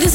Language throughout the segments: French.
this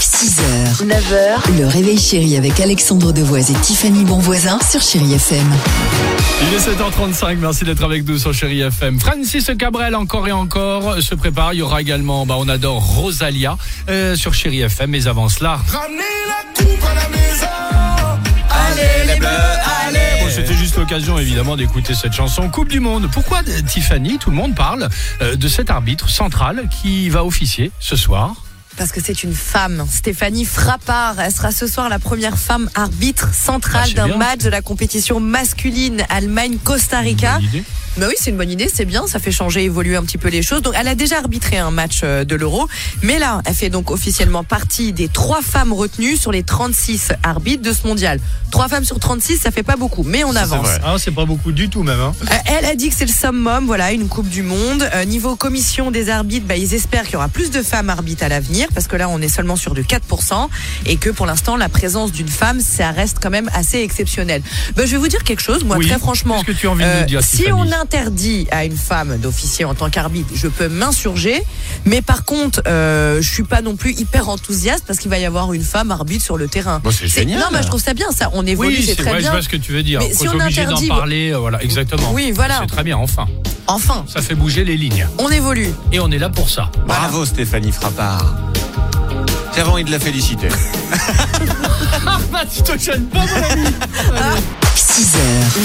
6h, 9h, le réveil chéri avec Alexandre Devoise et Tiffany Bonvoisin sur Chérie FM. Il est 7h35, merci d'être avec nous sur Chéri FM. Francis Cabrel, encore et encore, se prépare. Il y aura également, bah, on adore Rosalia euh, sur Chéri FM. Mais avant cela, Ramenez la coupe à la maison. Allez les bleus, allez. Bon, c'était juste l'occasion évidemment d'écouter cette chanson Coupe du Monde. Pourquoi euh, Tiffany, tout le monde parle euh, de cet arbitre central qui va officier ce soir Parce que c'est une femme, Stéphanie Frappard. Elle sera ce soir la première femme arbitre Ah, centrale c'est d'un bien, match de la compétition masculine Allemagne-Costa Rica. Bonne idée. Bah oui, c'est une bonne idée, c'est bien, ça fait changer, évoluer un petit peu les choses. Donc, elle a déjà arbitré un match euh, de l'Euro, mais là, elle fait donc officiellement partie des trois femmes retenues sur les 36 arbitres de ce mondial. Trois femmes sur 36, ça fait pas beaucoup, mais on avance. Ah, c'est pas beaucoup du tout même. hein. Euh, Elle a dit que c'est le summum, voilà, une Coupe du Monde. Euh, niveau commission des arbitres, bah, ils espèrent qu'il y aura plus de femmes arbitres à l'avenir, parce que là, on est seulement sur du 4%, et que pour l'instant, la présence d'une femme, ça reste quand même assez exceptionnel. Bah, je vais vous dire quelque chose, moi, Oui. très franchement. euh, Qu'est-ce que tu as envie de nous dire, si Stéphanie on interdit à une femme d'officier en tant qu'arbitre, je peux m'insurger, mais par contre, euh, je suis pas non plus hyper enthousiaste, parce qu'il va y avoir une femme arbitre sur le terrain. Bon, Bah, c'est C'est- génial. Non, mais je trouve ça bien, ça. On évolue, Oui, c'est c'est très ouais, je bien. vois ce que tu veux dire. Mais si Qu'on est on obligé d'en interdit- parler, euh, voilà, exactement. Oui, voilà. C'est très bien, enfin. Enfin, Ça fait bouger les lignes. on évolue. Et on est là pour ça. Bravo Stéphanie Frappard. J'avais envie de la féliciter. Bah, tu te gênes pas, mon ami. 6h,